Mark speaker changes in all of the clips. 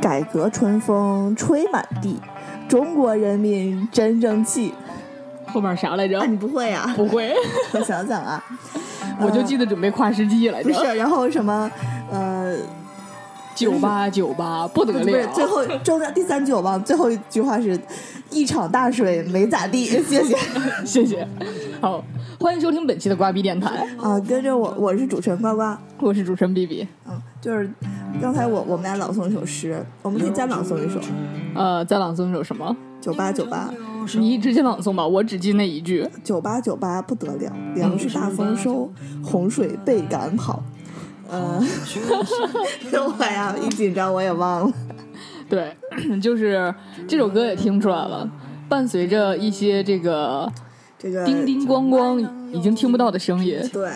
Speaker 1: 改革春风吹满地，中国人民真争气。
Speaker 2: 哦后面啥来着
Speaker 1: 啊，？你不会啊？
Speaker 2: 不会，
Speaker 1: 我想想 啊，
Speaker 2: 我就记得准备跨世纪来
Speaker 1: 不是
Speaker 2: 着。，
Speaker 1: 然后什么，呃，
Speaker 2: 九八九八不得
Speaker 1: 不是
Speaker 2: 了，
Speaker 1: 最后中间第三句我忘了，最后一句话是“一场大水没咋地”， 谢谢
Speaker 2: 谢谢。好，欢迎收听本期的瓜逼电台，
Speaker 1: 啊！跟着我，我是主持人呱呱，
Speaker 2: 我是主持人 B B。
Speaker 1: 嗯，就是刚才我我们俩朗诵一首诗，我们可以再朗诵一首《
Speaker 2: 呃，再朗诵一首什么？
Speaker 1: 九八九八
Speaker 2: 你直接朗诵吧，我只记那一句。
Speaker 1: 九八九八不得了，粮食大丰收，洪水被赶跑。”呃， 我呀一紧张我也忘了，
Speaker 2: 对， 就是这首歌也听出来了，伴随着一些这个
Speaker 1: 这个
Speaker 2: 叮叮咣咣已经听不到的声音。
Speaker 1: 对，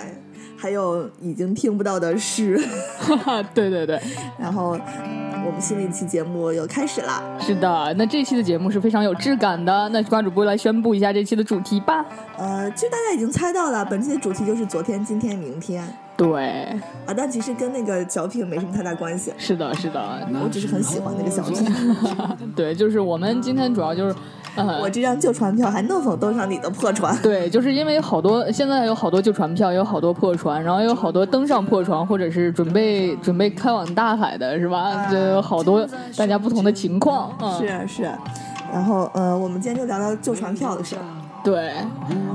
Speaker 1: 还有已经听不到的诗。
Speaker 2: 哈哈，对对对，
Speaker 1: 然后我们新的一期节目又开始啦。
Speaker 2: 是的。那这期的节目是非常有质感的，那瓜主播来宣布一下这期的主题吧。
Speaker 1: 呃，其实大家已经猜到了，本期的主题就是昨天、今天、明天啊，
Speaker 2: 对，
Speaker 1: 但其实跟那个小品没什么太大关系。
Speaker 2: 是的，是的，
Speaker 1: 我只是很喜欢那个小品。
Speaker 2: 对，就是我们今天主要就是，呃
Speaker 1: 我，这张旧船票还能否登上你的破船？
Speaker 2: 对，就是因为有好多现在有好多旧船票，有好多破船，然后有好多登上破船或者是准备准备开往大海的，是吧？就有好多大家不同的情况，嗯，
Speaker 1: 是啊是啊。然后呃，我们今天就聊聊旧船票的事儿。
Speaker 2: 对，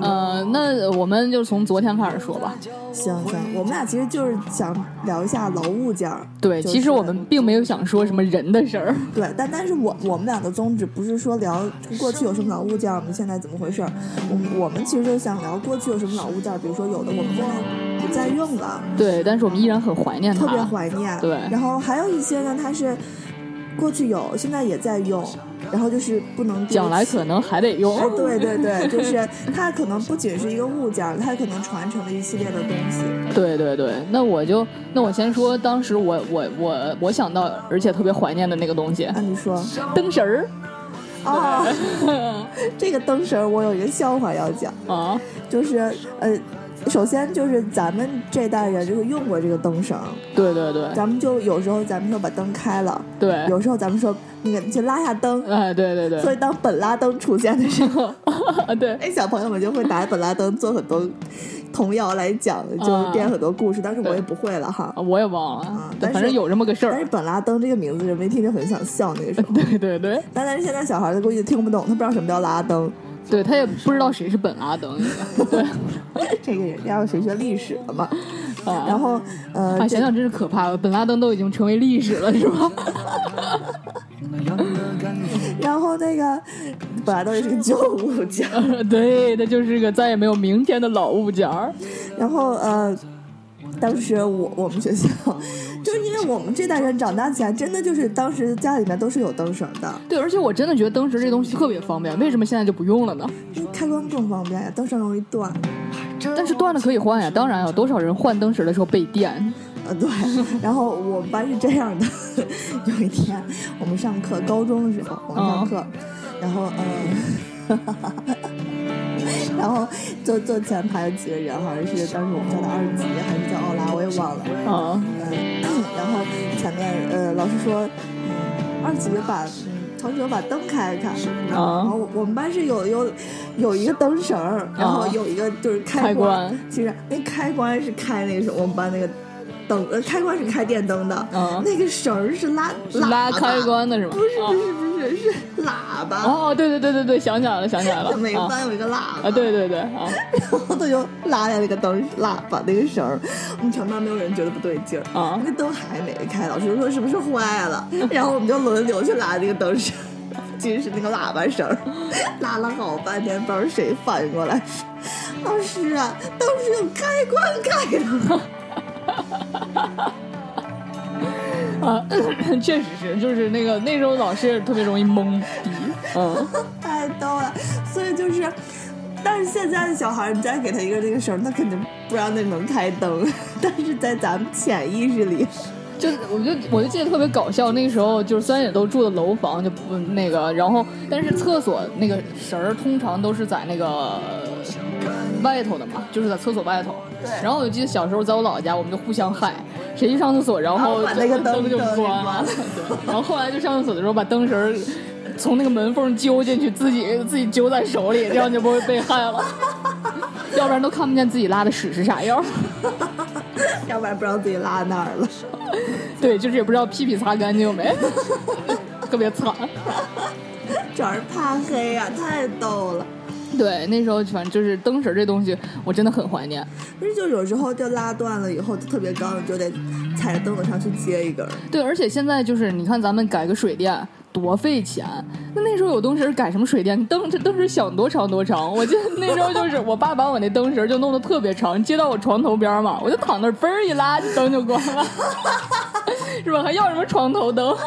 Speaker 2: 呃，那我们就从昨天开始说吧。
Speaker 1: 行行，我们俩其实就是想聊一下劳务件儿。
Speaker 2: 对，
Speaker 1: 就
Speaker 2: 其实
Speaker 1: 是
Speaker 2: 我们并没有想说什么人的事儿，
Speaker 1: 对，但但是我我们俩的宗旨不是说聊过去有什么老物件儿，我们现在怎么回事儿。我们我们其实就想聊过去有什么老物件儿，比如说有的我们现在不再用了，
Speaker 2: 对，但是我们依然很怀念
Speaker 1: 特别
Speaker 2: 它。
Speaker 1: 怀念。
Speaker 2: 对
Speaker 1: 然后还有一些呢，它是过去有，现在也在用，然后就是不能丢弃
Speaker 2: 将来可。能还得用。
Speaker 1: 哎，对对对，就是它可能不仅是一个物件儿，它可能传承了一系列的东西。
Speaker 2: 对对对，那我就那我先说，当时我我我我想到，而且特别怀念的那个东西
Speaker 1: 啊，你说
Speaker 2: 灯绳儿
Speaker 1: 哦， 这个灯绳儿我有一个笑话要讲。
Speaker 2: 啊，
Speaker 1: 就是呃，首先就是咱们这代人就是用过这个灯绳，
Speaker 2: 对对对
Speaker 1: 咱们就有时候咱们说把灯开了，
Speaker 2: 对，
Speaker 1: 有时候咱们说那个去拉下灯，
Speaker 2: 哎对对对，
Speaker 1: 所以当本拉登出现的时候，
Speaker 2: 啊对
Speaker 1: 哎，小朋友们就会拿本拉登做很多童谣来讲，就
Speaker 2: 啊
Speaker 1: 编很多故事，但是我也不会了哈
Speaker 2: 啊。我也忘
Speaker 1: 啊
Speaker 2: 了，
Speaker 1: 但是
Speaker 2: 对反正有这么个事
Speaker 1: 但
Speaker 2: 儿
Speaker 1: 是。本拉登这个名字，人们一听就很想笑那个时候。
Speaker 2: 对 对对，
Speaker 1: 但但是现在小孩子估计听不懂，他不知道什么叫拉登。
Speaker 2: 对他也不知道谁是本 拉登，对
Speaker 1: 这个人家有谁学历史的嘛？
Speaker 2: 啊，
Speaker 1: 然后呃，
Speaker 2: 啊，
Speaker 1: 这
Speaker 2: 想想真是可怕，本拉登都已经成为历史了，是吧？
Speaker 1: 然后那个本来都是个旧物件，
Speaker 2: 对，那就是个再也没有明天的老物件儿。
Speaker 1: 然后呃，当时我我们学校，就是因为我们这代人长大起来，真的就是当时家里面都是有灯绳的，
Speaker 2: 对，而且我真的觉得灯绳这东西特别方便，为什么现在就不用了呢？
Speaker 1: 因为开关更方便呀，灯绳容易断。
Speaker 2: 但是断了可以换呀，当然有啊多少人换灯绳的时候被电，
Speaker 1: 呃，对，然后我们班是这样的， 有一天我们上课，高中的时候我们上课，然后呃， 然后坐坐前排有几个人，好像是当时我们叫他二级还是叫奥拉，我也忘了。
Speaker 2: 啊，
Speaker 1: 嗯，然后前面呃老师说，嗯，二级把嗯同学把灯开开，然后
Speaker 2: 啊
Speaker 1: 然后我我们班是有有有一个灯绳儿，然后
Speaker 2: 啊
Speaker 1: 有一个就是开
Speaker 2: 开
Speaker 1: 关，
Speaker 2: 关
Speaker 1: 其实那开关是开那个什么我们班那个灯，呃开关是开电灯的，
Speaker 2: 啊
Speaker 1: 那个绳儿是拉
Speaker 2: 拉
Speaker 1: 喇叭
Speaker 2: 开，关的是吗？
Speaker 1: 不是不是不是是喇叭，
Speaker 2: 哦，对对对对对，想起来了，想起 来了，
Speaker 1: 每个
Speaker 2: 啊
Speaker 1: 班有一个喇叭，
Speaker 2: 啊，对对对啊，
Speaker 1: 然后他就拉下那个灯喇叭那个绳儿，我们全班没有人觉得不对劲儿
Speaker 2: 啊
Speaker 1: 那灯还没开，老师说是不是坏了？然后我们就轮流去拉那个灯绳，其实是那个喇叭绳儿，拉了好半天，不知道谁反应过来说，老师啊，灯是用开关开的。
Speaker 2: 啊，确实是，就是那个那时候老师也特别容易懵逼，嗯，
Speaker 1: 太逗哎了。所以就是，但是现在的小孩儿，你再给他一个这个绳儿，他肯定不知道那能开灯。但是在咱们潜意识里，
Speaker 2: 就是我就我就记得特别搞笑，那个时候就是虽然也都住的楼房，就不那个，然后但是厕所那个绳儿通常都是在那个呃外头的嘛，就是在厕所外头。
Speaker 1: 对
Speaker 2: 然后我就记得小时候在我姥姥家，我们就互相害，谁去上厕所，然后
Speaker 1: 啊然后把那个灯灯
Speaker 2: 就
Speaker 1: 就
Speaker 2: 关
Speaker 1: 关
Speaker 2: 了
Speaker 1: 了。
Speaker 2: 对然后后来就上厕所的时候把灯绳儿从那个门缝揪进去，自己自己揪在手里，这样就不会被害了。 要不然都看不见自己拉的屎是啥样儿。
Speaker 1: 要不然不知道自己拉哪儿了。
Speaker 2: 对，就是也不知道屁屁擦干净没， 特别惨。
Speaker 1: 主要是怕黑啊，太逗了。
Speaker 2: 对，那时候反正就是灯绳儿这东西，我真的很怀念。
Speaker 1: 不是，就有时候就拉断了以后就特别高，你就得踩着凳子上去接一根儿。
Speaker 2: 对，而且现在就是你看咱们改个水电多费钱，那那时候有灯绳儿改什么水电灯，这灯绳儿想多长多长。我记得那时候就是我爸把我那灯绳儿就弄得特别长，接到我床头边儿嘛，我就躺那儿嘣儿一拉，就灯就关了， 是吧？还要什么床头灯？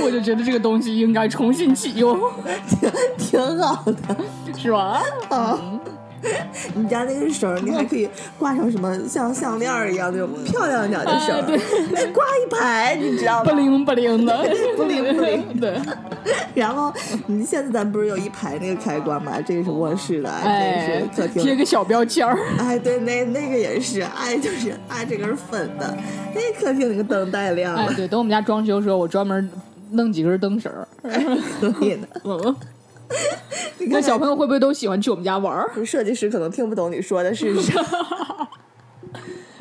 Speaker 2: 我就觉得这个东西应该重新启用，
Speaker 1: 挺挺好的
Speaker 2: 是吧？嗯
Speaker 1: 啊。你家那个绳儿，你还可以挂上什么像项链儿一样那种漂亮一点的绳儿，
Speaker 2: 哎对
Speaker 1: 哎挂一排，你知道
Speaker 2: 不
Speaker 1: 吗？
Speaker 2: 灵不灵的，
Speaker 1: 不灵不灵。
Speaker 2: 对，
Speaker 1: 然后你现在咱不是有一排那个开关吗？这个是卧室的，这
Speaker 2: 哎
Speaker 1: 个是客，厅的
Speaker 2: 贴，个小标签儿。
Speaker 1: 哎，对，那那个也是，哎，就是哎，这个是 粉的，哎，客厅那个灯带亮
Speaker 2: 哎，
Speaker 1: 了，
Speaker 2: 对，等我们家装修的时候，我专门弄几根灯绳儿。
Speaker 1: 可以的。
Speaker 2: 嗯，
Speaker 1: 你
Speaker 2: 哎那
Speaker 1: 看
Speaker 2: 小朋友会不会都喜欢去我们家玩儿？
Speaker 1: 友，设计师可能听不懂你说的是啥。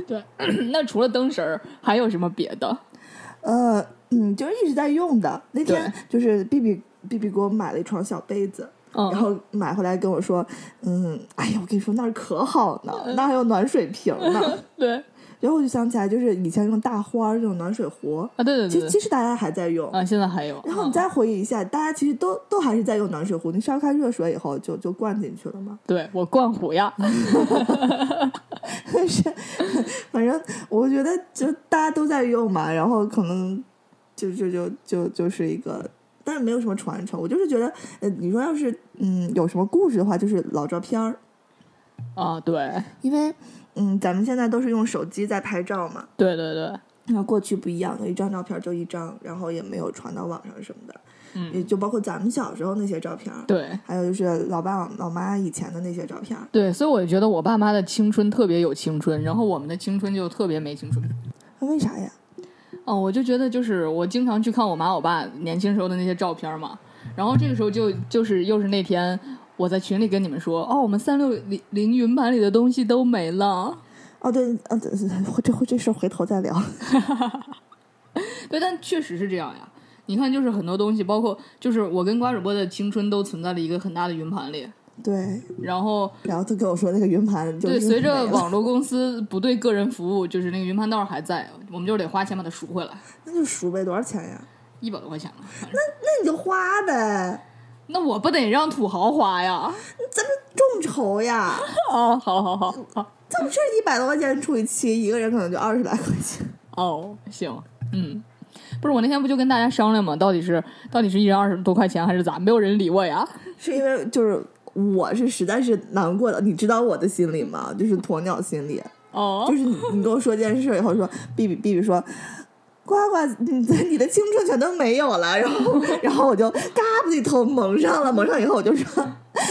Speaker 2: 对， 那除了灯绳儿，还有什么别的？
Speaker 1: 呃，嗯，就是一直在用的。那天就
Speaker 2: 对
Speaker 1: 是 B B B B 给我买了一床小被子。
Speaker 2: 嗯
Speaker 1: 然后买回来跟我说，嗯，哎呀，我跟你说那儿可好呢，
Speaker 2: 嗯
Speaker 1: 那儿还有暖水瓶呢。
Speaker 2: 对
Speaker 1: 然后我就想起来，就是以前用大花儿这种暖水壶，
Speaker 2: 啊，对对
Speaker 1: 其
Speaker 2: 对
Speaker 1: 实
Speaker 2: 对
Speaker 1: 其实大家还在用。
Speaker 2: 啊，现在还有。
Speaker 1: 然后你
Speaker 2: 嗯
Speaker 1: 再回忆一下，大家其实都都还是在用暖水壶，你烧开热水以后就就灌进去了嘛。
Speaker 2: 对我灌虎呀，
Speaker 1: 但是， 反正我觉得就大家都在用嘛，然后可能就就就就就是一个，但是没有什么传承。我就是觉得，呃，你说要是嗯有什么故事的话，就是老照片儿，
Speaker 2: 啊，对
Speaker 1: 因为嗯咱们现在都是用手机在拍照嘛，
Speaker 2: 对对对，
Speaker 1: 那过去不一样，一张照片就一张，然后也没有传到网上什么的，也
Speaker 2: 嗯，
Speaker 1: 就包括咱们小时候那些照片儿，
Speaker 2: 对
Speaker 1: 还有就是老爸老妈以前的那些照片儿。
Speaker 2: 对，所以我觉得我爸妈的青春特别有青春，然后我们的青春就特别没青春。
Speaker 1: 那为啥呀？
Speaker 2: 哦，我就觉得就是我经常去看我妈我爸年轻时候的那些照片嘛，然后这个时候就就是又是那天我在群里跟你们说，哦，我们三六零零云盘里的东西都没了。
Speaker 1: 哦，对，呃，对对这这事儿回头再聊。
Speaker 2: 对，但确实是这样呀。你看，就是很多东西，包括就是我跟瓜主播的青春都存在了一个很大的云盘里，
Speaker 1: 对，
Speaker 2: 然后
Speaker 1: 然后他跟我说那个云盘就
Speaker 2: 对，
Speaker 1: 是
Speaker 2: 随
Speaker 1: 没
Speaker 2: 着
Speaker 1: 了
Speaker 2: 网络公司不对个人服务，就是那个云盘倒是还在，我们就得花钱把它赎回来，
Speaker 1: 那就赎呗，多少钱呀？
Speaker 2: 一百多块钱吧。反正
Speaker 1: 那你就花呗，
Speaker 2: 那我不得让土豪花呀？
Speaker 1: 咱们众筹呀，
Speaker 2: 哦，好好好好。
Speaker 1: 咱们这一百多块钱除以七，一个人可能就二十来块钱。
Speaker 2: 哦，行，嗯，不是我那天不就跟大家商量嘛，到底是到底是一人二十多块钱，还是咋？没有人理我呀？
Speaker 1: 是因为就是我是实在是难过的，你知道我的心理吗？就是鸵鸟心理，
Speaker 2: 哦
Speaker 1: 就，是你你跟我说这件事以后说，比比比比说。呱呱，你你的青春全都没有了，然后然后我就嘎把自己头蒙上了，蒙上以后我就说，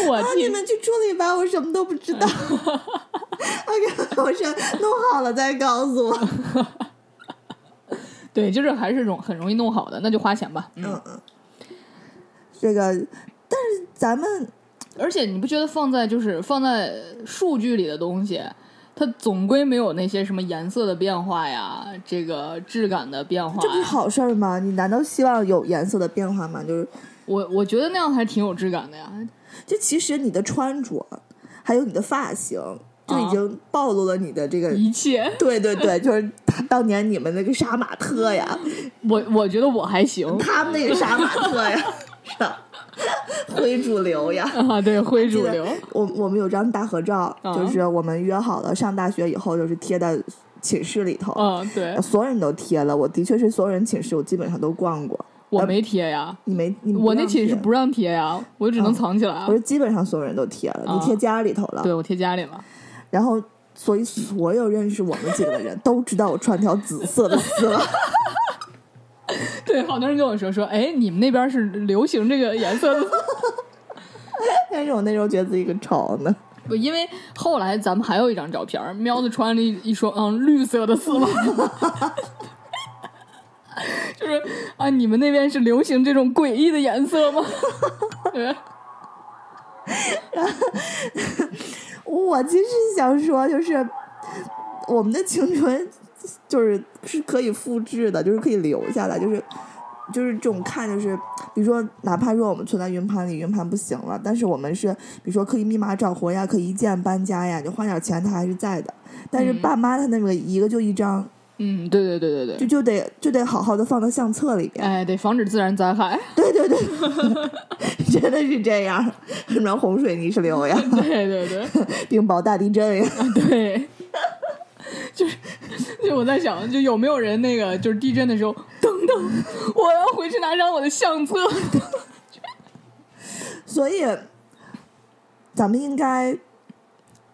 Speaker 2: 我
Speaker 1: 啊，你嗯
Speaker 2: 天，
Speaker 1: 们去处理吧，我什么都不知道。OK，我说弄好了再告诉我。
Speaker 2: 对，就是还是容很容易弄好的，那就花钱吧。嗯，
Speaker 1: 嗯嗯，这个，但是咱们
Speaker 2: 而且你不觉得放在就是放在数据里的东西，它总归没有那些什么颜色的变化呀，这个质感的变化
Speaker 1: 这不是
Speaker 2: 呀。
Speaker 1: 好事儿吗？你难道希望有颜色的变化吗？就是，
Speaker 2: 我我觉得那样还挺有质感的呀。
Speaker 1: 就其实你的穿着，还有你的发型，就已经暴露了你的这个。
Speaker 2: 一切，
Speaker 1: 对对对，就是他当年你们那个杀马特呀，
Speaker 2: 我我觉得我还行
Speaker 1: 他们那个杀马特 呀，是吧？灰主流呀。
Speaker 2: 啊，对，灰
Speaker 1: 记
Speaker 2: 主
Speaker 1: 得
Speaker 2: 流。
Speaker 1: 我我们有张大合照，
Speaker 2: 啊
Speaker 1: 就是我们约好了上大学以后就是贴在寝室里头，呃
Speaker 2: 嗯，对，
Speaker 1: 所有人都贴了。我的确是所有人寝室我基本上都逛过，
Speaker 2: 我没贴呀。
Speaker 1: 你没你
Speaker 2: 我那寝室
Speaker 1: 不嗯
Speaker 2: 不让贴呀，我只能藏起来啊
Speaker 1: 让贴，我。是基本上所有人都贴了，
Speaker 2: 啊
Speaker 1: 你贴家里头了，
Speaker 2: 对，我贴家里了。
Speaker 1: 然后。所以，所有认识我们几个的人都知道我穿条紫色的丝袜，
Speaker 2: 对，好多人跟我说说，哎，你们那边是流行这个颜色的吗？
Speaker 1: 但是我那时候觉得自己很潮呢。
Speaker 2: 不因为后来咱们还有一张照片儿，喵子穿了一一双嗯绿色的丝袜， 就是啊，你们那边是流行这种诡异的颜色吗？
Speaker 1: 我其实想说，就是我们的青春，就是是可以复制的，就是可以留下来，就是就是这种看，就是比如说，哪怕说我们存在云盘里，云盘不行了，但是我们是比如说可以密码找回呀，可以一键搬家呀，就花点钱它还是在的。但是
Speaker 2: 嗯
Speaker 1: 爸妈他那个一个就一张，
Speaker 2: 嗯，对对对
Speaker 1: 就
Speaker 2: 对对，
Speaker 1: 就得就得好好的放到相册里边。
Speaker 2: 哎，得防止自然灾害。
Speaker 1: 对对对， 真的是这样，什么洪水泥石流 呀，
Speaker 2: 对对对。
Speaker 1: 冰雹大地震呀。
Speaker 2: 对，就是就我在想，就有没有人那个就是地震的时候，等等，我要回去拿张我的相册。
Speaker 1: 所以，咱们应该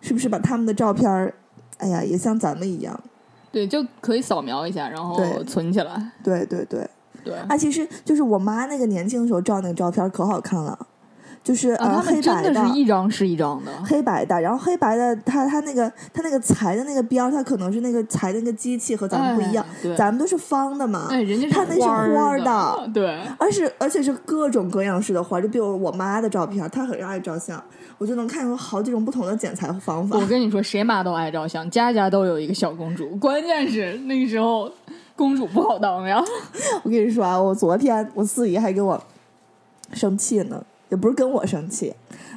Speaker 1: 是不是把他们的照片儿，哎呀，也像咱们一样？
Speaker 2: 对，就可以扫描一下，然后
Speaker 1: 对
Speaker 2: 存起来。
Speaker 1: 对对对，
Speaker 2: 对，
Speaker 1: 啊，其实就是我妈那个年轻时候照那个照片儿可好看了，就是、
Speaker 2: 啊，
Speaker 1: 呃
Speaker 2: 他们
Speaker 1: 黑白
Speaker 2: 真的是
Speaker 1: 的。
Speaker 2: 一张是一 张的。
Speaker 1: 黑白的，然后黑白的，它它那个它那个裁的那个边儿，它可能是那个裁的那个机器和咱们不一样，
Speaker 2: 哎对
Speaker 1: 咱们都是方的嘛，
Speaker 2: 哎，人家
Speaker 1: 它那是花
Speaker 2: 花
Speaker 1: 儿的
Speaker 2: 的，对，
Speaker 1: 而且而且是各种各样式的花，就比如我妈的照片儿，她很热爱照相，我就能看出好几种不同的剪裁方法。
Speaker 2: 我跟你说，谁妈都爱照相，家家都有一个小公主。关键是那个时候，公主不好当呀。
Speaker 1: 我跟你说啊，我昨天我四姨还跟我生气呢，也不是跟我生气，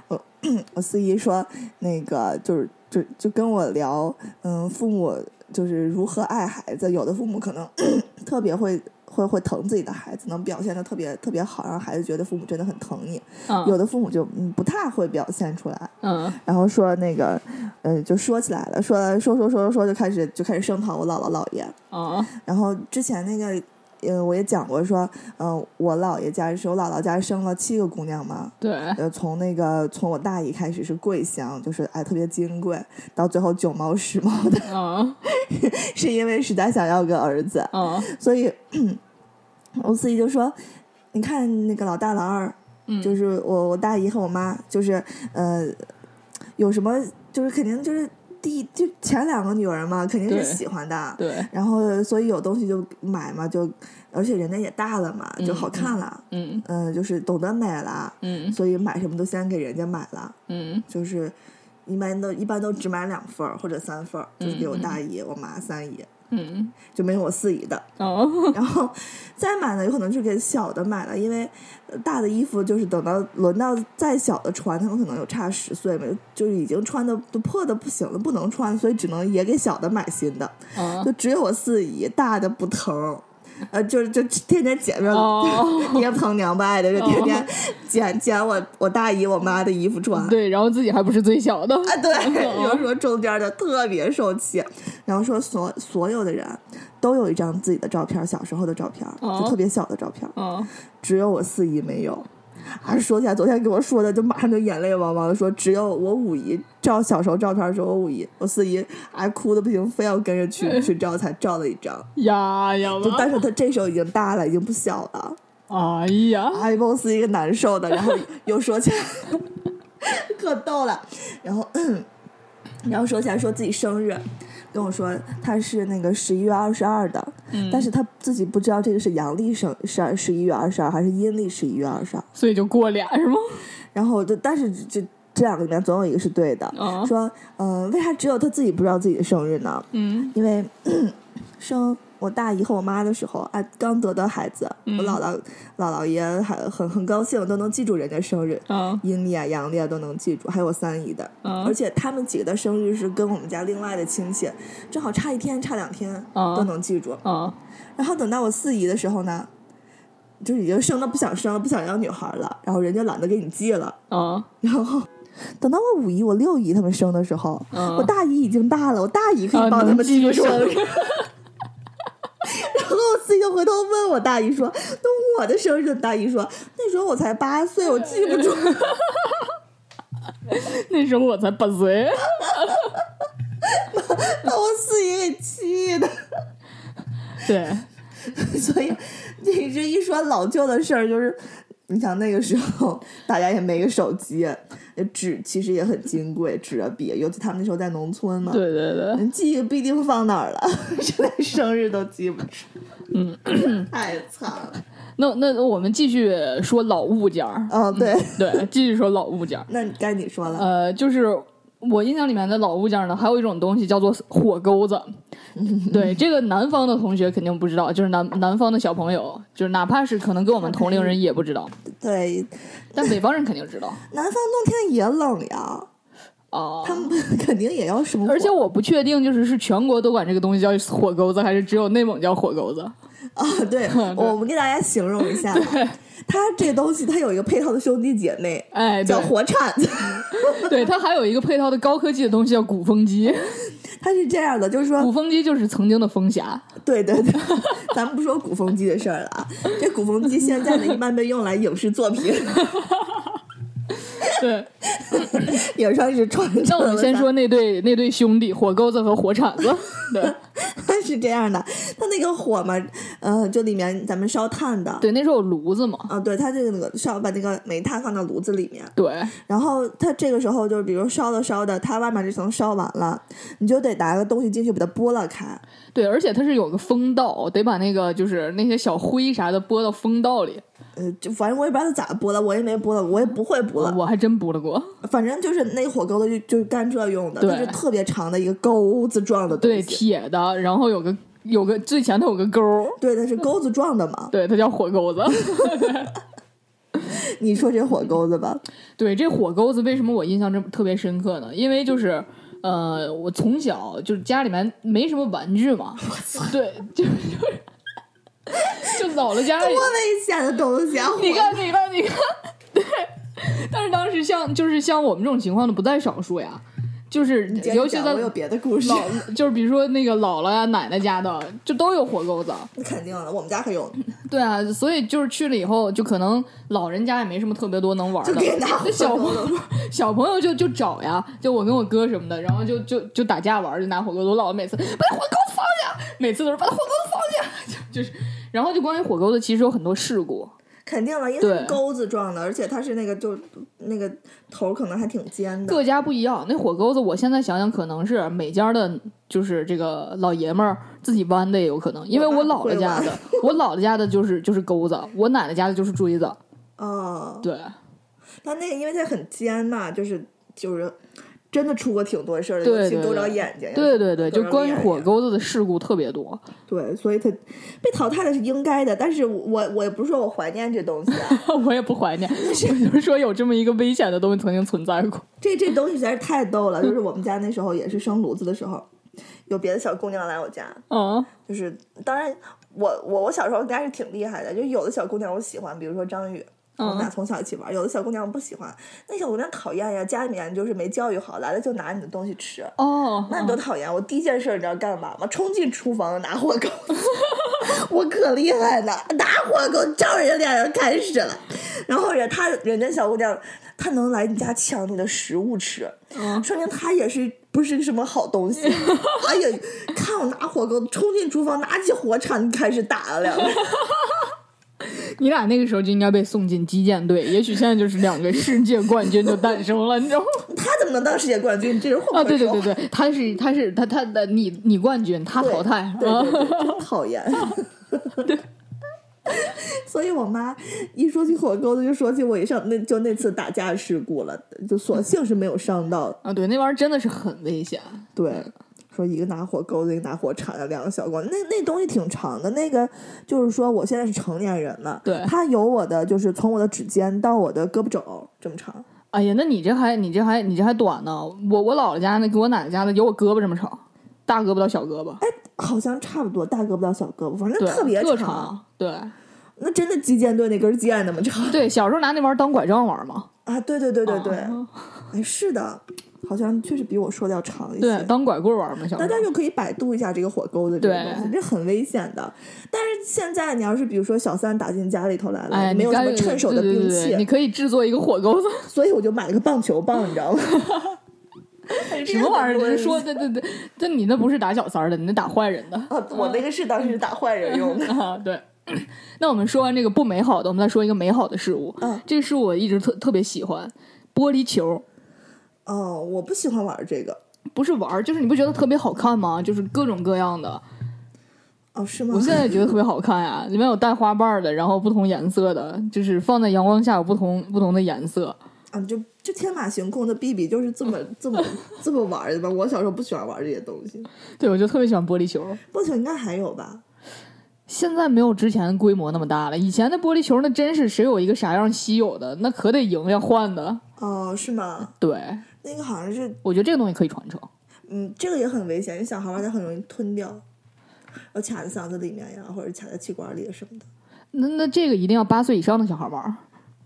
Speaker 1: 我 我四姨说那个就是就就跟我聊，嗯，父母就是如何爱孩子，有的父母可能 特别会。会会疼自己的孩子，能表现的特别特别好，让孩子觉得父母真的很疼你。有
Speaker 2: 嗯
Speaker 1: 的父母就嗯不太会表现出来，
Speaker 2: 嗯，
Speaker 1: 然后说那个，呃，就说起来了，说说说说说就开始就开始声讨我姥姥姥爷。
Speaker 2: 啊，
Speaker 1: 然后之前那个，呃，我也讲过说，呃，我姥爷家是我姥姥家生了七个姑娘嘛，
Speaker 2: 对，
Speaker 1: 呃，从那个从我大姨开始是桂香，就是哎特别金贵，到最后九毛十毛的，
Speaker 2: 嗯
Speaker 1: 是因为实在想要个儿子，
Speaker 2: 嗯
Speaker 1: 所以我四姨就说，你看那个老大老二，
Speaker 2: 嗯，
Speaker 1: 就是我我大姨和我妈，就是呃，有什么就是肯定就是第就前两个女儿嘛，肯定
Speaker 2: 对
Speaker 1: 是喜欢 的，
Speaker 2: 对，
Speaker 1: 然后所以有东西就买嘛，就而且人家也大了嘛，就
Speaker 2: 嗯
Speaker 1: 好看了，
Speaker 2: 嗯
Speaker 1: 嗯、就是懂得美了，
Speaker 2: 嗯
Speaker 1: 所以买什么都先给人家买了，
Speaker 2: 嗯
Speaker 1: 就是一般都一般都只买两份儿或者三份儿，就是给我大姨、我妈、三姨，
Speaker 2: 嗯，
Speaker 1: 就没有我四姨的。
Speaker 2: 哦，
Speaker 1: 然后再买呢，有可能就给小的买了，因为呃大的衣服就是等到轮到再小的穿，他们可能有差十岁嘛，就是已经穿的都破的不行了，不能穿，所以只能也给小的买新的。
Speaker 2: 嗯
Speaker 1: 就只有我四姨大的不疼，呃，就是就天天捡着、
Speaker 2: 哦
Speaker 1: 爹疼娘不爱的，就天天捡捡我我大姨我妈的衣服穿。
Speaker 2: 对，然后自己还不是最小的，
Speaker 1: 啊，对，
Speaker 2: 哦
Speaker 1: 有时候中间的特别受气，然后说所所有的人都有一张自己的照片，小时候的照片，
Speaker 2: 哦
Speaker 1: 就特别小的照片，
Speaker 2: 嗯，
Speaker 1: 只有我四姨没有。啊，说起来，昨天给我说的，就马上就眼泪汪汪的说，只有我五姨照小时候照片的时候，我五姨，我四姨还哭的不行，非要跟着 去去照，才照了一张。
Speaker 2: 呀呀
Speaker 1: 就
Speaker 2: 吧，
Speaker 1: 但是他这时候已经大了，已经不小了，
Speaker 2: 哎呀，
Speaker 1: 哎，把我撕一个难受的，然后又说起来， 可逗了。然后，然后说起来说自己生日，跟我说他是那个十一月二十二的，
Speaker 2: 嗯
Speaker 1: 但是他自己不知道这个是阳历生十十一月二十二还是阴历十一月二十二。
Speaker 2: 所以就过俩是吗？
Speaker 1: 然后就但是这这两个里面总有一个是对的，
Speaker 2: 嗯
Speaker 1: 说呃，为啥只有他自己不知道自己的生日呢？
Speaker 2: 嗯
Speaker 1: 因为 生我大姨和我妈的时候，啊，刚得到孩子，
Speaker 2: 嗯
Speaker 1: 我姥姥姥姥爷还很很高兴，都能记住人家生日，
Speaker 2: 嗯
Speaker 1: 阴历啊、阳历啊都能记住，还有我三姨的，
Speaker 2: 嗯
Speaker 1: 而且他们几个的生日是跟我们家另外的亲戚，正好差一天、差两天、
Speaker 2: 啊
Speaker 1: 都能记住。
Speaker 2: 嗯
Speaker 1: 然后等到我四姨的时候呢，就是已经生的不想生了，不想要女孩了，然后人家懒得给你记了。
Speaker 2: 嗯
Speaker 1: 然后等到我五姨、我六姨他们生的时候，
Speaker 2: 嗯
Speaker 1: 我大姨已经大了，我大姨可
Speaker 2: 啊
Speaker 1: 以帮他
Speaker 2: 能
Speaker 1: 们记
Speaker 2: 记
Speaker 1: 住
Speaker 2: 住
Speaker 1: 生 日。然后我自己就回头问我大姨说：“那我的生日？”大姨说：“那时候我才八岁，我记不住。
Speaker 2: 那时候我才八岁，”
Speaker 1: 把我四姨给气的。
Speaker 2: 对，
Speaker 1: 所以你这一说老旧的事儿，就是你想那个时候大家也没个手机，纸其实也很金贵，纸啊笔，尤其他们那时候在农村嘛，
Speaker 2: 对对对，
Speaker 1: 你记不一定放哪儿了， 就连生日都记不住，嗯，太惨了。
Speaker 2: 那那我们继续说老物件儿，
Speaker 1: 哦，对，
Speaker 2: 对，继续说老物件儿。
Speaker 1: 那该你说了，
Speaker 2: 呃，就是我印象里面的老物件儿呢，还有一种东西叫做火钩子。对，这个南方的同学肯定不知道，就是南南方的小朋友，就是哪怕是可能跟我们同龄人也不知道，
Speaker 1: 对，
Speaker 2: 但北方人肯定知道
Speaker 1: 南方冬天也冷呀，
Speaker 2: 啊。
Speaker 1: 他们肯定也要生火，
Speaker 2: 而且我不确定，就是是全国都管这个东西叫火钩子，还是只有内蒙叫火钩子？
Speaker 1: 啊， 对，我们给大家形容一下，它这东西它有一个配套的兄弟姐妹，
Speaker 2: 哎，对
Speaker 1: 叫，火铲子。
Speaker 2: 对，它还有一个配套的高科技的东西叫鼓风机，
Speaker 1: 它是这样的，就是
Speaker 2: 鼓
Speaker 1: 说，
Speaker 2: 风机就是曾经的风匣。
Speaker 1: 对对对，咱们不说鼓风机的事儿了啊。这鼓风机现在呢，一般被用来影视作品，
Speaker 2: 对，
Speaker 1: 也算是传承了。
Speaker 2: 那我们先说那对那对兄弟，火钩子和火铲 子。对
Speaker 1: 它 是这样的，它那个火嘛，呃，就里面咱们烧炭的，
Speaker 2: 对，那时候有炉子嘛。
Speaker 1: 啊，对，它这个那个烧把那个煤炭放到炉子里面，
Speaker 2: 对，
Speaker 1: 然后它这个时候就是，比如烧的烧的，它外面这层烧完了，你就得拿个东西进去把它拨拉开。
Speaker 2: 对，而且它是有个风道，得把那个就是那些小灰啥的拨到风道里。
Speaker 1: 呃，就反正我也不知道它咋拨了，我也没拨了，我也不会拨了。
Speaker 2: 我还真拨了过。
Speaker 1: 反正就是那火钩子就就是干这用的，
Speaker 2: 对
Speaker 1: 它是特别长的一个钩子状的东
Speaker 2: 对，
Speaker 1: 西。
Speaker 2: 铁的，然后有个有个最前头有个钩儿，
Speaker 1: 对，它是钩子状的嘛。
Speaker 2: 对，它叫火钩子。
Speaker 1: 你说这火钩子吧，
Speaker 2: 对，这火钩子为什么我印象这么特别深刻呢？因为就是。呃，我从小就是家里面没什么玩具嘛，对，就是就是就老了家里
Speaker 1: 多危险的东西啊！
Speaker 2: 你
Speaker 1: 火
Speaker 2: 看，你看，你看，对。但是当时像就是像我们这种情况的不在少数呀，就是
Speaker 1: 接着
Speaker 2: 尤其
Speaker 1: 讲
Speaker 2: 在
Speaker 1: 我有别的故事，
Speaker 2: 老， 就是比如说那个姥姥呀、奶奶家的，就都有火钩子。
Speaker 1: 那肯定的，我们家可有，
Speaker 2: 对啊，所以就是去了以后，就可能老人家也没什么特别多能玩
Speaker 1: 就
Speaker 2: 的，
Speaker 1: 给拿
Speaker 2: 那
Speaker 1: 火
Speaker 2: 小
Speaker 1: 钩
Speaker 2: 朋
Speaker 1: 子。
Speaker 2: 小朋友就就找呀，就我跟我哥什么的，然后就就就打架玩儿，就拿火钩子。我姥姥每次把那火钩子放下，每次都是把那火钩子放下， 就就是，然后就关于火钩子其实有很多事故。
Speaker 1: 肯定了，因为它
Speaker 2: 对
Speaker 1: 是钩子状的，而且它是那个就那个头可能还挺尖的。
Speaker 2: 各家不一样，那火钩子，我现在想想，可能是每家的，就是这个老爷们儿自己弯的也有可能，因为我姥姥家的，我姥姥家的就是 就是钩子，我奶奶家的就是锥子，
Speaker 1: 哦，
Speaker 2: 对
Speaker 1: 它那个因为它很尖嘛，就是就是真的出过挺多事儿的，
Speaker 2: 对
Speaker 1: 尤其
Speaker 2: 对
Speaker 1: 勾着
Speaker 2: 对
Speaker 1: 眼睛呀。
Speaker 2: 对对对，
Speaker 1: 都
Speaker 2: 就是关于
Speaker 1: 脸
Speaker 2: 火
Speaker 1: 呀
Speaker 2: 钩子的事故特别多，
Speaker 1: 对，所以它被淘汰的是应该的，但是我我我也不是说我怀念这东西啊，
Speaker 2: 我也不怀念， 我就是说有这么一个危险的东西曾经存在过，
Speaker 1: 这这东西实在是太逗了。就是我们家那时候也是生炉子的时候，有别的小姑娘来我家，
Speaker 2: 嗯，
Speaker 1: 就是当然我我我小时候应该是挺厉害的，就有的小姑娘我喜欢，比如说张宇。我们俩从小一起玩，有的小姑娘我不喜欢，那小姑娘讨厌呀，家里面就是没教育好，来了就拿你的东西吃，
Speaker 2: 哦，
Speaker 1: 那你多讨厌！我第一件事你知道干嘛吗？冲进厨房拿火钩， 我可厉害了，拿火钩照人脸上开始了。然后人她人家小姑娘，她能来你家抢你的食物吃，
Speaker 2: 嗯
Speaker 1: 说明她也是不是什么好东 西。哎呀，看我拿火钩冲进厨房，拿起火铲开始打了两个。
Speaker 2: 你俩那个时候就应该被送进击剑队，也许现在就是两个世界冠军就诞生了，你 知道吗？
Speaker 1: 她怎么能当世界冠军？这人会不会
Speaker 2: 啊，对对
Speaker 1: 说话
Speaker 2: 对对， 他是他是他他的你你冠军，他
Speaker 1: 对
Speaker 2: 淘汰
Speaker 1: 对
Speaker 2: 啊
Speaker 1: 对，对，真讨厌。 所以我妈一说起火钩子，就说起我一上那就那次打架事故了，就索性是没有伤到。
Speaker 2: 啊，对，那玩意儿真的是很危险。
Speaker 1: 对，说一个拿火钩子，一个拿火铲的两个小光，那那东西挺长的。那个就是说，我现在是成年人了，
Speaker 2: 对
Speaker 1: 它有我的就是从我的指尖到我的胳膊肘这么长。
Speaker 2: 哎呀，那你这还你这还你这还短呢，我我姥姥家那跟我奶奶家的有我胳膊这么长，大胳膊到小胳膊，
Speaker 1: 哎，好像差不多，大胳膊到小胳膊，反正
Speaker 2: 对，
Speaker 1: 特别
Speaker 2: 特
Speaker 1: 长。
Speaker 2: 长，对
Speaker 1: 那真的击剑队那根剑那么长
Speaker 2: 对，小时候拿那玩意儿当拐杖玩嘛，
Speaker 1: 啊！对对对对对。
Speaker 2: 啊
Speaker 1: 哎，是的，好像确实比我说的要长一
Speaker 2: 对，
Speaker 1: 些。
Speaker 2: 当拐棍玩嘛，小
Speaker 1: 大
Speaker 2: 时
Speaker 1: 家
Speaker 2: 候。
Speaker 1: 就可以百度一下这个火钩子这个东西，
Speaker 2: 对
Speaker 1: 这很危险的。但是现在你要是比如说小三打进家里头来了，
Speaker 2: 哎呀，
Speaker 1: 没有
Speaker 2: 你
Speaker 1: 什么
Speaker 2: 该
Speaker 1: 趁手的
Speaker 2: 对对
Speaker 1: 兵
Speaker 2: 对
Speaker 1: 器，
Speaker 2: 对你可以制作一个火钩子，
Speaker 1: 所以我就买了个棒球棒，你知道 吗？
Speaker 2: 什么玩意儿？这是 说对对对，这你那不是打小三儿的，你那打坏人的
Speaker 1: 啊，我那个是当时是打坏人用的。
Speaker 2: 啊！对， 那我们说完这个不美好的，我们再说一个美好的事物。
Speaker 1: 嗯
Speaker 2: 这是我一直特特别喜欢玻璃球，
Speaker 1: 哦，我不喜欢玩这个。
Speaker 2: 不是玩儿，就是你不觉得特别好看吗？就是各种各样的，
Speaker 1: 哦，是吗
Speaker 2: 我？现在也觉得特别好看呀、里面有带花瓣儿的，然后不同颜色的，就是放在阳光下有不同不同的颜色。
Speaker 1: 啊，就就天马行空的 B B 就是这么这么这么玩儿的吧？我小时候不喜欢玩这些东西，
Speaker 2: 对，我就特别喜欢玻璃球。
Speaker 1: 不球应该还有吧？
Speaker 2: 现在没有之前规模那么大了，以前的玻璃球那真是谁有一个啥样稀有的，那可得赢呀换的。
Speaker 1: 哦，是吗？
Speaker 2: 对，
Speaker 1: 那个好像是，
Speaker 2: 我觉得这个东西可以传承。
Speaker 1: 嗯，这个也很危险，因为小孩玩它很容易吞掉，要卡在嗓子里面呀，或者卡在气管里啊什么的。
Speaker 2: 那那这个一定要八岁以上的小孩玩儿。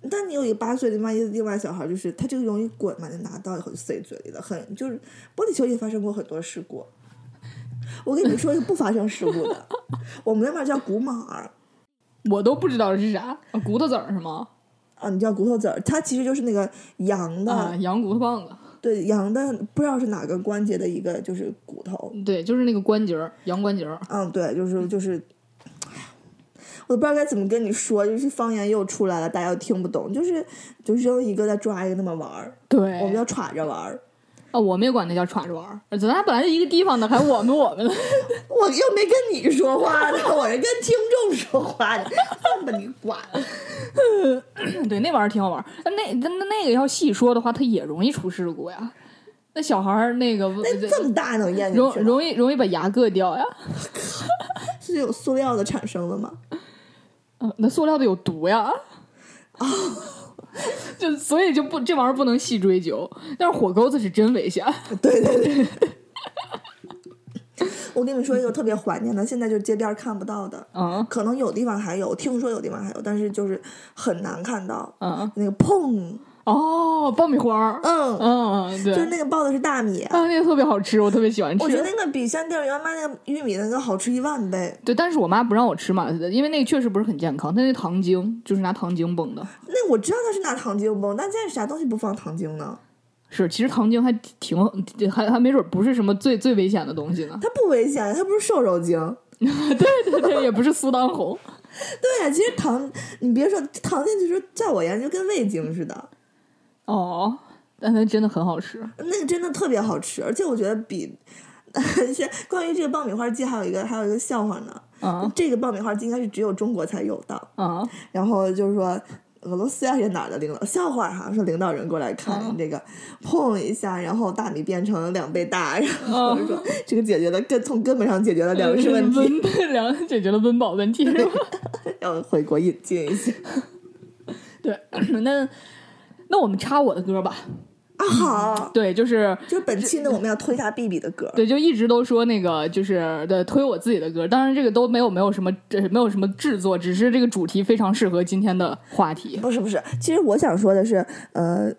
Speaker 1: 但你有一个八岁的万一另外小孩，就是他这个容易滚嘛，你拿到以后就塞嘴里了，很就是玻璃球也发生过很多事故。我跟你们说一个不发生事故的， 我们那边叫骨马儿，
Speaker 2: 我都不知道是啥，啊骨头子儿是吗？
Speaker 1: 啊，你叫骨头子儿，它其实就是那个羊的，
Speaker 2: 啊，羊骨头棒子，
Speaker 1: 对羊的不知道是哪个关节的一个就是骨头，
Speaker 2: 对，就是那个关节儿，羊关节儿。
Speaker 1: 嗯，对，就是就是，哎呀我都不知道该怎么跟你说，就是方言又出来了，大家又听不懂，就是就扔一个再抓一个那么玩儿，
Speaker 2: 对
Speaker 1: 我们叫耍着玩儿，
Speaker 2: 啊，我们也管那叫耍着玩儿，咱俩本来就一个地方的，还我们我们的。
Speaker 1: 我又没跟你说话呢，我是跟听众说话呢，这么你管，
Speaker 2: 对，那玩意儿挺好玩儿。但那那那那个要细说的话，它也容易出事故呀。那小孩儿那个
Speaker 1: 那这么大能咽进
Speaker 2: 容
Speaker 1: 去吗？
Speaker 2: 容易容易把牙硌掉呀。
Speaker 1: 是有塑料的产生了吗？
Speaker 2: 嗯，那塑料的有毒呀。啊，
Speaker 1: 哦
Speaker 2: 就所以就不这玩意儿不能细追究，但是火钩子是真危险。
Speaker 1: 对对对。 我跟你们说一个特别怀念的，现在就是街边儿看不到的，
Speaker 2: 嗯
Speaker 1: 可能有地方还有，听说有地方还有，但是就是很难看到。
Speaker 2: 嗯，
Speaker 1: 那个砰，
Speaker 2: 哦，爆米花儿，
Speaker 1: 嗯，
Speaker 2: 嗯嗯，对，
Speaker 1: 就是那个爆的是大米，
Speaker 2: 啊，那个特别好吃，我特别喜欢吃。
Speaker 1: 我觉得那个比像电影院卖那个玉米那个好吃一万倍。
Speaker 2: 对，但是我妈不让我吃嘛，因为那个确实不是很健康，它那糖精就是拿糖精崩的。
Speaker 1: 那我知道它是拿糖精崩，但现在啥东西不放糖精呢？
Speaker 2: 是，其实糖精还挺，还还没准不是什么最最危险的东 西呢。
Speaker 1: 它不危险，它不是瘦肉精。
Speaker 2: 对对 对，也不是苏当红。
Speaker 1: 对呀、啊其实糖，你别说糖精，其实在我眼里就跟味精似的，
Speaker 2: 哦，但它真的很好吃。
Speaker 1: 那个真的特别好吃，而且我觉得比。 现关于这个爆米花机还有一个还有一个笑话呢，
Speaker 2: 啊
Speaker 1: 这个爆米花机应该是只有中国才有的，
Speaker 2: 啊
Speaker 1: 然后就是说俄罗斯还啊是哪儿的领导笑话哈，说领导人过来
Speaker 2: 嗯
Speaker 1: 看这个，碰一下，然后大米变成两倍大，然后
Speaker 2: 嗯
Speaker 1: 说这个解决了根从根本上解决了粮食问题，
Speaker 2: 温粮解决了温饱问题是吧？
Speaker 1: 要回国引进一下
Speaker 2: 对，那那我们插我的歌吧。
Speaker 1: 啊。好，
Speaker 2: 对，就是
Speaker 1: 就是本期呢，我们要推一下 B B 的歌，
Speaker 2: 嗯对，就一直都说那个就是的推我自己的歌，当然这个都没有没有什么这没有什么制作，只是这个主题非常适合今天的话题。
Speaker 1: 不是不是，其实我想说的是，呃。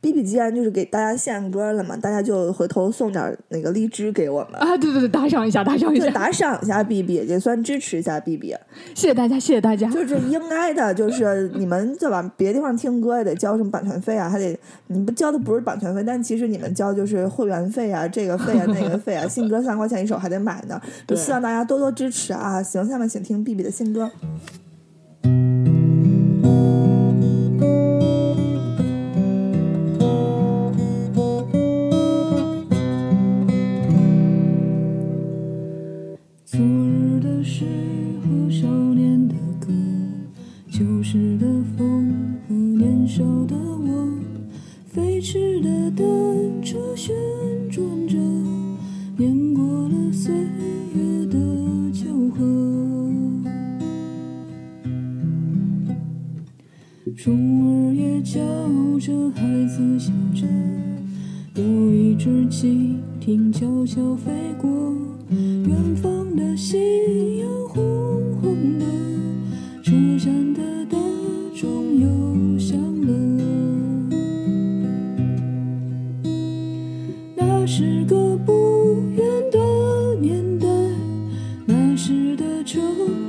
Speaker 1: B B 既然就是给大家献歌了嘛，大家就回头送点儿那个荔枝给我们，
Speaker 2: 啊，对 对对，打赏一下，打赏一
Speaker 1: 就
Speaker 2: 下，
Speaker 1: 打赏一下 B B，也算支持一下 B B。
Speaker 2: 谢谢大家，谢谢大家。
Speaker 1: 就是应该的，就是你们对吧？别地方听歌也得交什么版权费啊，还得你不交的不是版权费，但其实你们交就是会员费啊，这个费啊那个费啊，新歌三块钱一首还得买呢，就
Speaker 2: 对
Speaker 1: 希望大家多多支持啊！行，下面请听 B B 的新歌。
Speaker 3: 昨日的事和少年的歌，旧时的风和年少的我，飞驰的单车旋转着，碾过了岁月的旧河。虫儿也叫着，孩子笑着，有一只蜻蜓悄悄飞过，远方的夕阳红红的，车站的大钟又响了。那是个不远的年代，那时的城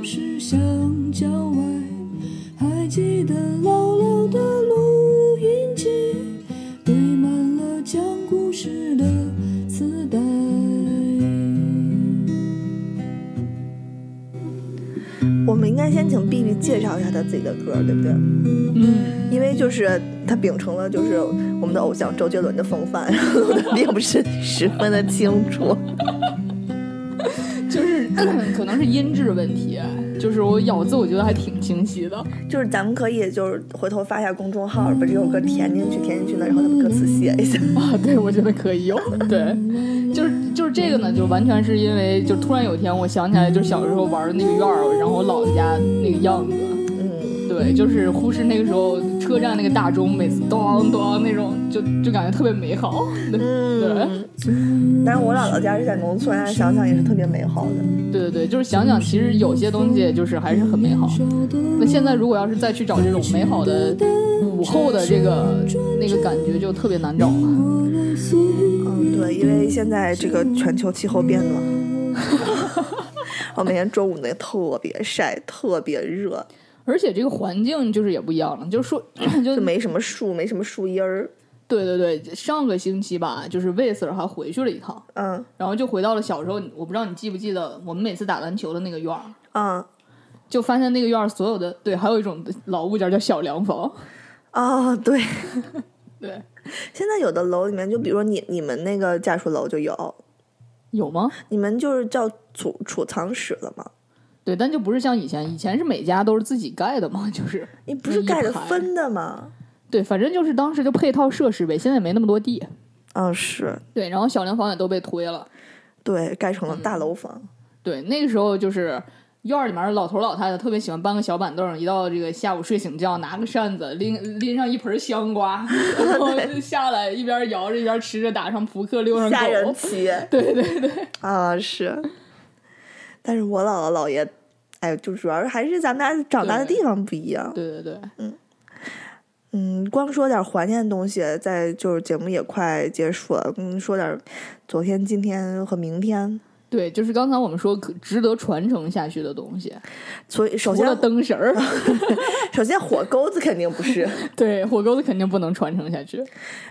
Speaker 3: 市像郊外，还记得老老的录音机堆满了讲故事的磁带。
Speaker 1: 我们应该先先请碧碧介绍一下她自己的歌，对不对？
Speaker 2: 嗯，
Speaker 1: 因为就是她秉承了就是我们的偶像周杰伦的风范， 然后她并不是十分的清楚。
Speaker 2: 就是 可能是音质问题，就是我咬字我觉得还挺清晰的。
Speaker 1: 就是咱们可以就是回头发一下公众号，把这首歌填进去，填进去呢，然后咱们歌词写一下。
Speaker 2: 啊，对，我觉得可以有。对，就是就是这个呢，就完全是因为，就突然有一天我想起来，就小时候玩的那个院儿，然后我姥姥家那个样子。
Speaker 1: 嗯，
Speaker 2: 对，就是忽视那个时候车站那个大钟，每次咚咚那种，就就感觉特别美好。 对
Speaker 1: 嗯但是我姥姥家是在农村，啊，想想也是特别美好的。
Speaker 2: 对对对，就是想想，其实有些东西就是还是很美好。那现在如果要是再去找这种美好的午后的这个那个感觉，就特别难找了。
Speaker 1: 嗯，对，因为现在这个全球气候变暖，我每天中午那特别晒，特别热，
Speaker 2: 而且这个环境就是也不一样了，就是说 就
Speaker 1: 就没什么树，没什么树荫儿。
Speaker 2: 对对对，上个星期吧，就是魏 Sir 还回去了一趟，
Speaker 1: 嗯
Speaker 2: 然后就回到了小时候，我不知道你记不记得，我们每次打篮球的那个院儿，
Speaker 1: 嗯
Speaker 2: 就发现那个院儿所有的对，还有一种老物件儿叫小洋房，
Speaker 1: 哦，对，
Speaker 2: 对，
Speaker 1: 现在有的楼里面，就比如说你你们那个家属楼就有，
Speaker 2: 有吗？
Speaker 1: 你们就是叫储储藏室了吗？
Speaker 2: 对，但就不是像以前，以前是每家都是自己盖的嘛，就是
Speaker 1: 你不是盖的分
Speaker 2: 的，
Speaker 1: 的吗？
Speaker 2: 对，反正就是当时就配套设施呗，现在也没那么多地，
Speaker 1: 嗯，是
Speaker 2: 对，然后小洋房也都被推了，
Speaker 1: 对，盖成了大楼房。
Speaker 2: 对，那个时候就是院儿里面老头老太太特别喜欢搬个小板凳儿，一到这个下午睡醒觉，拿个扇子拎拎上一盆香瓜， 然后下来一边摇着一边吃着，打上扑克，遛上
Speaker 1: 吓
Speaker 2: 狗
Speaker 1: 人。奇
Speaker 2: 对对对，
Speaker 1: 啊，是。但是我姥姥姥爷，哎，就主要是还是咱们俩长大的
Speaker 2: 对
Speaker 1: 地方不一样。
Speaker 2: 对对对，
Speaker 1: 嗯，光说点怀念的东西，在就是节目也快结束了，嗯，说点昨天、今天和明天。
Speaker 2: 对，就是刚才我们说可值得传承下去的东西，
Speaker 1: 所以，首
Speaker 2: 除
Speaker 1: 先
Speaker 2: 了，灯绳儿，
Speaker 1: 首先火钩子肯定不是，
Speaker 2: 对，火钩子肯定不能传承下去。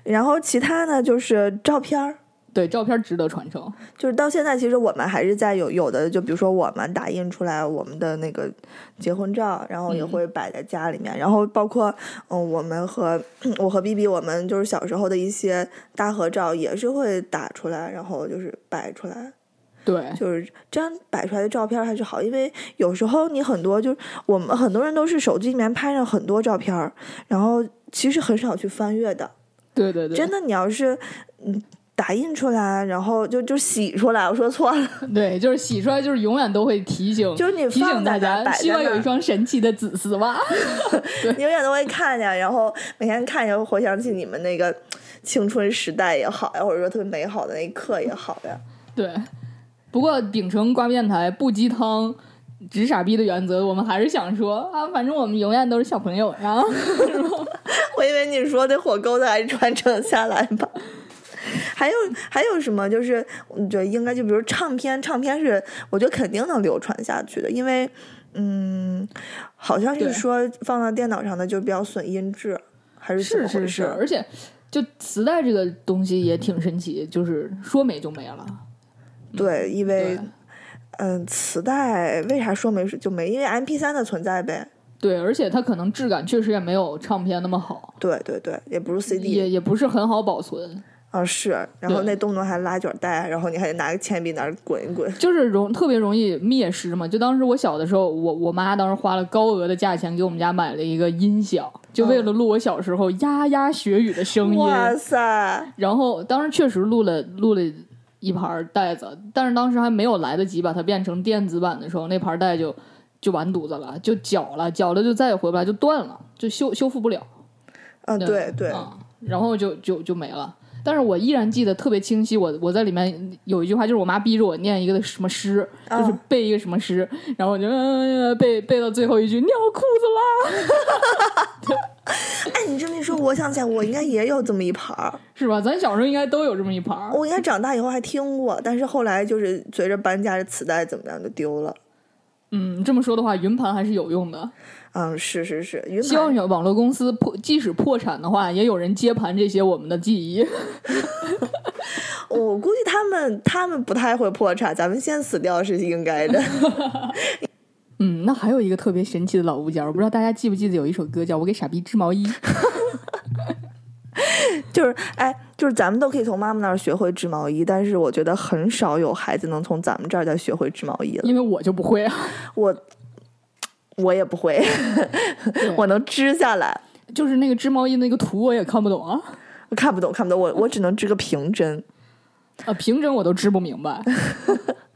Speaker 1: 然后其他呢就是照片儿。
Speaker 2: 对，照片值得传承。
Speaker 1: 就是到现在，其实我们还是在有有的，就比如说我们打印出来我们的那个结婚照，然后也会摆在家里面，然后包括嗯，我们和 我和 B B，我们就是小时候的一些大合照也是会打出来，然后就是摆出来，
Speaker 2: 对，
Speaker 1: 就是这样摆出来的照片还是好，因为有时候你很多就是我们很多人都是手机里面拍上很多照片儿，然后其实很少去翻阅的，
Speaker 2: 对对对，
Speaker 1: 真的，你要是嗯打印出来，然后就就洗出来，我说错了。
Speaker 2: 对，就是洗出来，就是永远都会提醒，
Speaker 1: 就是你
Speaker 2: 提
Speaker 1: 放
Speaker 2: 醒
Speaker 1: 在那
Speaker 2: 大
Speaker 1: 儿
Speaker 2: 家，
Speaker 1: 摆
Speaker 2: 希
Speaker 1: 在
Speaker 2: 望
Speaker 1: 那
Speaker 2: 有一
Speaker 1: 儿
Speaker 2: 双神奇的紫丝袜。
Speaker 1: 永远都会看见，然后每天看见，回想起你们那个青春时代也好呀，或者说特别美好的那一刻也好呀。
Speaker 2: 对，不过秉承瓜电台不鸡汤、直傻逼的原则，我们还是想说啊，反正我们永远都是小朋友呀。
Speaker 1: 我以为你说那火钩子还传承下来吧。 还有还有什么？就是我觉得应该就比如唱片，唱片是我觉得肯定能流传下去的，因为嗯，好像
Speaker 2: 对
Speaker 1: 是说放到电脑上的就比较损音质，还是怎么
Speaker 2: 是
Speaker 1: 回
Speaker 2: 是嗯
Speaker 1: 事
Speaker 2: 是，
Speaker 1: 儿？
Speaker 2: 而且就磁带这个东西也挺神奇，就是说没就没了。
Speaker 1: 对，因
Speaker 2: 对
Speaker 1: 为嗯，磁带为啥说没就没？因为 M P 三的存在呗。
Speaker 2: 对，而且它可能质感确实也没有唱片那么好，
Speaker 1: 对对对，也不是 CD，
Speaker 2: 也也不是很好保存，
Speaker 1: 啊是，然后
Speaker 2: 对
Speaker 1: 那动不动还拉卷带，然后你还得拿个铅笔在那儿滚一滚。
Speaker 2: 就是容特别容易灭失嘛。就当时我小的时候，我我妈当时花了高额的价钱给我们家买了一个音响，就为了录我小时候呀呀学语的声音。
Speaker 1: 哇塞！啊
Speaker 2: 然后当时确实录了录了一盘带子，但是当时还没有来得及把它变成电子版的时候，那盘带就就完犊子了，就绞了，绞了就再也回不来，就断了，就修修复不了。
Speaker 1: 嗯，对对，
Speaker 2: 啊，然后就就就没了。但是我依然记得特别清晰，我我在里面有一句话，就是我妈逼着我念一个什么诗，就是
Speaker 1: 嗯
Speaker 2: 背一个什么诗，然后我就、呃、背背到最后一句尿裤子
Speaker 1: 哎，你这么一说，我想起来，我应该也有这么一盘儿
Speaker 2: 啦，，是吧？咱小时候应该都有这么一盘儿。
Speaker 1: 我应该长大以后还听过，但是后来就是随着搬家，这磁带怎么样就丢了。
Speaker 2: 嗯，这么说的话，云盘还是有用的。
Speaker 1: 嗯，是是是，云
Speaker 2: 希望
Speaker 1: 盘
Speaker 2: 有网络公司破，即使破产的话，也有人接盘这些我们的记忆。
Speaker 1: 我估计他们他们不太会破产，咱们先死掉是应该的。
Speaker 2: 嗯，那还有一个特别神奇的老物件儿，我不知道大家记不记得有一首歌叫《我给傻逼织毛衣》。
Speaker 1: 就是哎，就是咱们都可以从妈妈那儿学会织毛衣，但是我觉得很少有孩子能从咱们这儿再学会织毛衣了。
Speaker 2: 因为我就不会啊。
Speaker 1: 我我也不会， 我能织下来，
Speaker 2: 就是那个织毛衣那个图我也看不懂啊，
Speaker 1: 我看不懂，看不懂，我我只能织个平针。
Speaker 2: 啊，平整我都织不明白。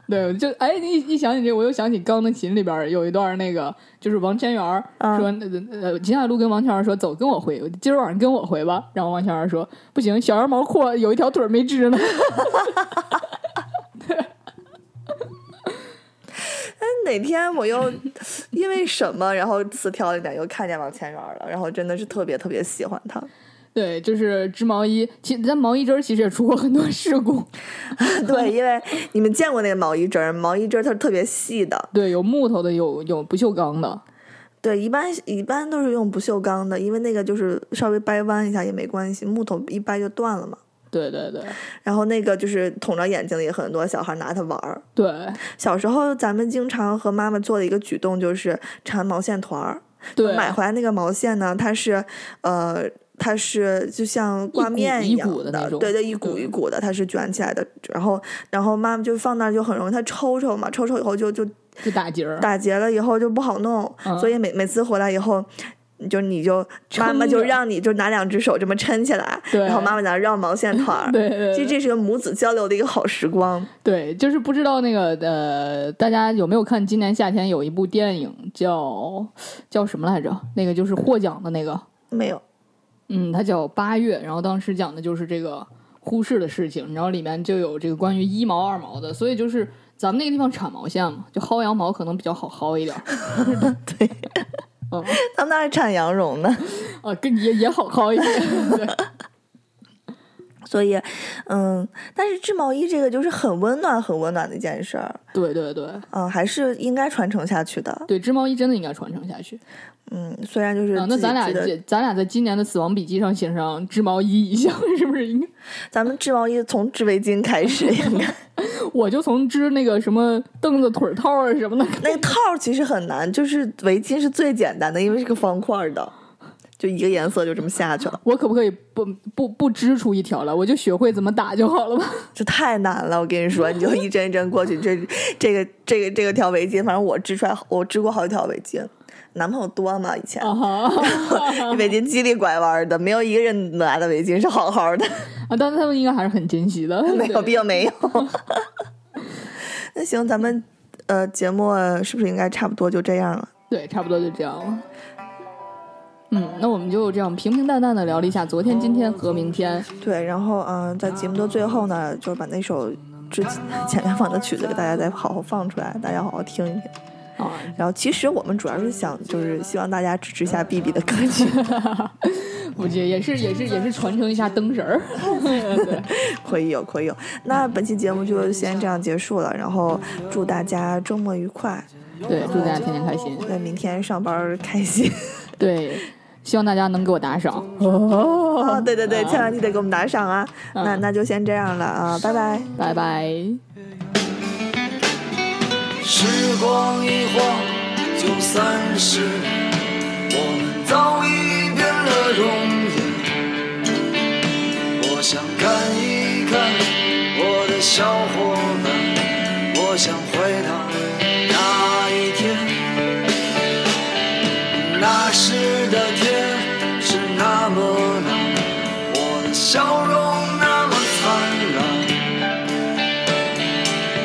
Speaker 2: 对，就哎，你一一想起这，我又想起《钢的琴》里边儿有一段儿那个，就是王千源儿
Speaker 1: 嗯
Speaker 2: 说，呃呃，秦海璐跟王千源儿说，走，跟我回，今儿晚上跟我回吧。然后王千源儿说，不行，小羊毛裤有一条腿儿没织呢。
Speaker 1: 哎，哪天我又因为什么，然后词条里面又看见王千源了，然后真的是特别特别喜欢他。
Speaker 2: 对，就是织毛衣，其咱毛衣针儿其实也出过很多事故。
Speaker 1: 对，因为你们见过那个毛衣针儿，毛衣针儿它是特别细的。
Speaker 2: 对，有木头的，有有不锈钢的。
Speaker 1: 对，一般一般都是用不锈钢的，因为那个就是稍微掰弯一下也没关系，木头一掰就断了嘛。
Speaker 2: 对对对
Speaker 1: 然后那个就是捅着眼睛里，很多小孩拿它玩儿。
Speaker 2: 对
Speaker 1: 小时候咱们经常和妈妈做的一个举动就是缠毛线团儿。
Speaker 2: 对，
Speaker 1: 买回来那个毛线呢，它是呃，它是就像挂面
Speaker 2: 一
Speaker 1: 样
Speaker 2: 股的那种嗯
Speaker 1: 对对，一股一股的，它是卷起来的。然后然后妈妈就放那儿就很容易，它抽抽嘛，抽抽以后就就
Speaker 2: 就打结儿。
Speaker 1: 打结了以后就不好弄，
Speaker 2: 嗯
Speaker 1: 所以每每次回来以后。你就你 就妈妈
Speaker 2: 撑
Speaker 1: 就
Speaker 2: 着
Speaker 1: 让你就拿两只手这么抻起来，
Speaker 2: 对
Speaker 1: 然后妈妈在那儿绕毛线团儿，
Speaker 2: 对对
Speaker 1: 其
Speaker 2: 对
Speaker 1: 实这是个母子交流的一个好时光。
Speaker 2: 对，就是不知道那个呃，大家有没有看今年夏天有一部电影叫叫什么来着？那个就是获奖的那个，
Speaker 1: 没有，
Speaker 2: 嗯，它叫《八月》，然后当时讲的就是这个忽视的事情，然后里面就有这个关于一毛二毛的，所以就是咱们那个地方产毛线嘛，就薅羊毛可能比较好薅一点儿，
Speaker 1: 对，
Speaker 2: 嗯，
Speaker 1: 他们那儿产羊绒呢，
Speaker 2: 啊，跟也也好薅一点，对。
Speaker 1: 所以，嗯，但是织毛衣这个就是很温暖、很温暖的一件事儿，
Speaker 2: 对对对
Speaker 1: 嗯，还是应该传承下去的，
Speaker 2: 对，织毛衣真的应该传承下去
Speaker 1: 嗯，虽然就是
Speaker 2: 啊！
Speaker 1: 自
Speaker 2: 那
Speaker 1: 己
Speaker 2: 咱俩
Speaker 1: 织的
Speaker 2: 这咱俩在今年的死亡笔记上写上织毛衣一项， 是不是应该？
Speaker 1: 咱们织毛衣从织围巾开始，应该
Speaker 2: 我就从织那个什么凳子腿儿套啊什么的，
Speaker 1: 那个套儿其实很难，就是围巾是最简单的，因为是个方块儿的，就一个颜色就这么下去了，
Speaker 2: 我可不可以不不不织出一条来？我就学会怎么打就好了吧？
Speaker 1: 这太难了，我跟你说，你就一针一针过去，这这个这个这个条围巾，反正我织出来，我织过好几条围巾，男朋友多嘛以前。
Speaker 2: 啊哈！
Speaker 1: 围巾叽里拐弯的，没有一个人拿的围巾是好好的，
Speaker 2: 啊，但是他们应该还是很珍惜的，
Speaker 1: 没有
Speaker 2: 对
Speaker 1: 必要没有。那行，咱们呃节目是不是应该差不多就这样了？
Speaker 2: 对，差不多就这样了。嗯，那我们就这样平平淡淡的聊了一下昨天、今天和明天。
Speaker 1: 对，然后嗯、呃在节目的最后呢，就是把那首之前前面放的曲子给大家再好好放出来，大家好好听一听。
Speaker 2: 啊，
Speaker 1: 然后其实我们主要是想，就是希望大家支持一下 B B 的歌曲，
Speaker 2: 我觉得也是，也是，也是传承一下灯神儿。对，
Speaker 1: 可以有，可以有。那本期节目就先这样结束了，然后祝大家周末愉快，
Speaker 2: 对，祝大家天天开心。
Speaker 1: 对，明天上班儿开心。
Speaker 2: 对，希望大家能给我打赏。
Speaker 1: 哦，对对对，千万记得给我们打赏啊！那那就先这样了啊，拜拜。
Speaker 2: 拜拜。
Speaker 4: 时光一晃就三十年，我们早已变了容颜。我想看一看我的小伙伴，我想回到那一天，那时的天是那么蓝，我的笑容那么灿烂。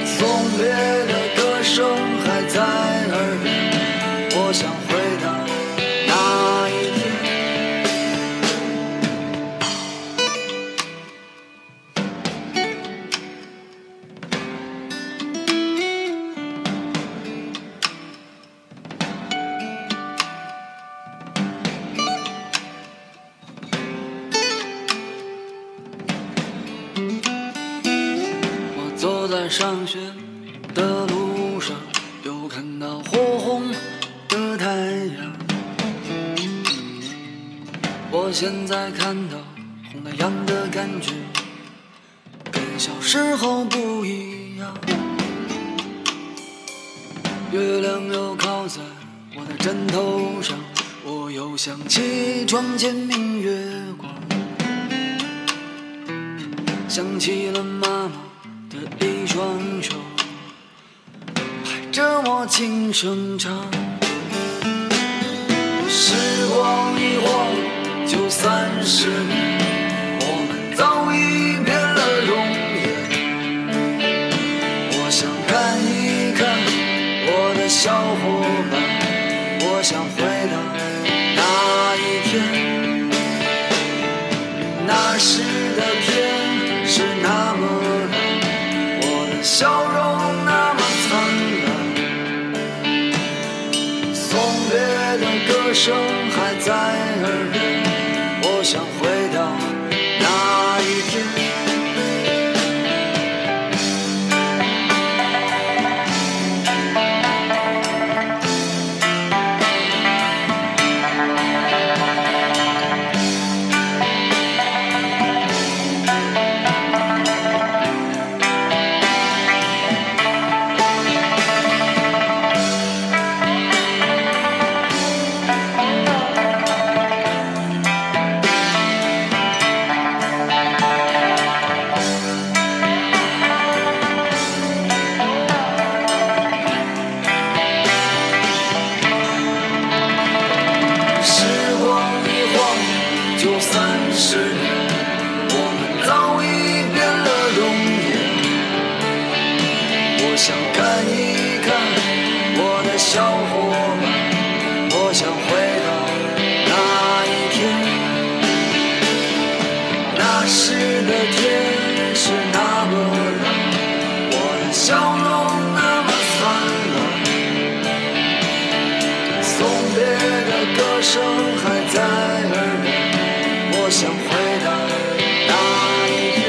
Speaker 4: 送别的歌声还在耳边，我想回到那一天。我走在上学的路上，又看到火红的太阳。我现在看到红太阳的感觉，跟小时候不一样。月亮又靠在我的枕头上，我又想起床前明月光，想起了妈妈的一双手，拍着我轻声唱。时光一晃就三十年，我们早已变了容颜。我想看一看我的小伙伴，我想回到那一天，那时的天是那么蓝，我的笑容那么灿烂，送别的歌声还在耳边，我想回到那一天。时光一晃就三十年，我们早已变了容颜。我想看一看我的小伙伴，我想回到那一天，那时的天是那么蓝，我的笑容那么灿烂。送别的歌声还在耳边，我想回到那一天。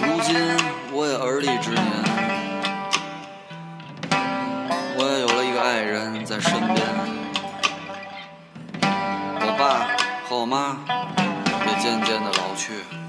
Speaker 4: 如今我也而立之年，我也有了一个爱人在身边。我爸和我妈也渐渐的老去。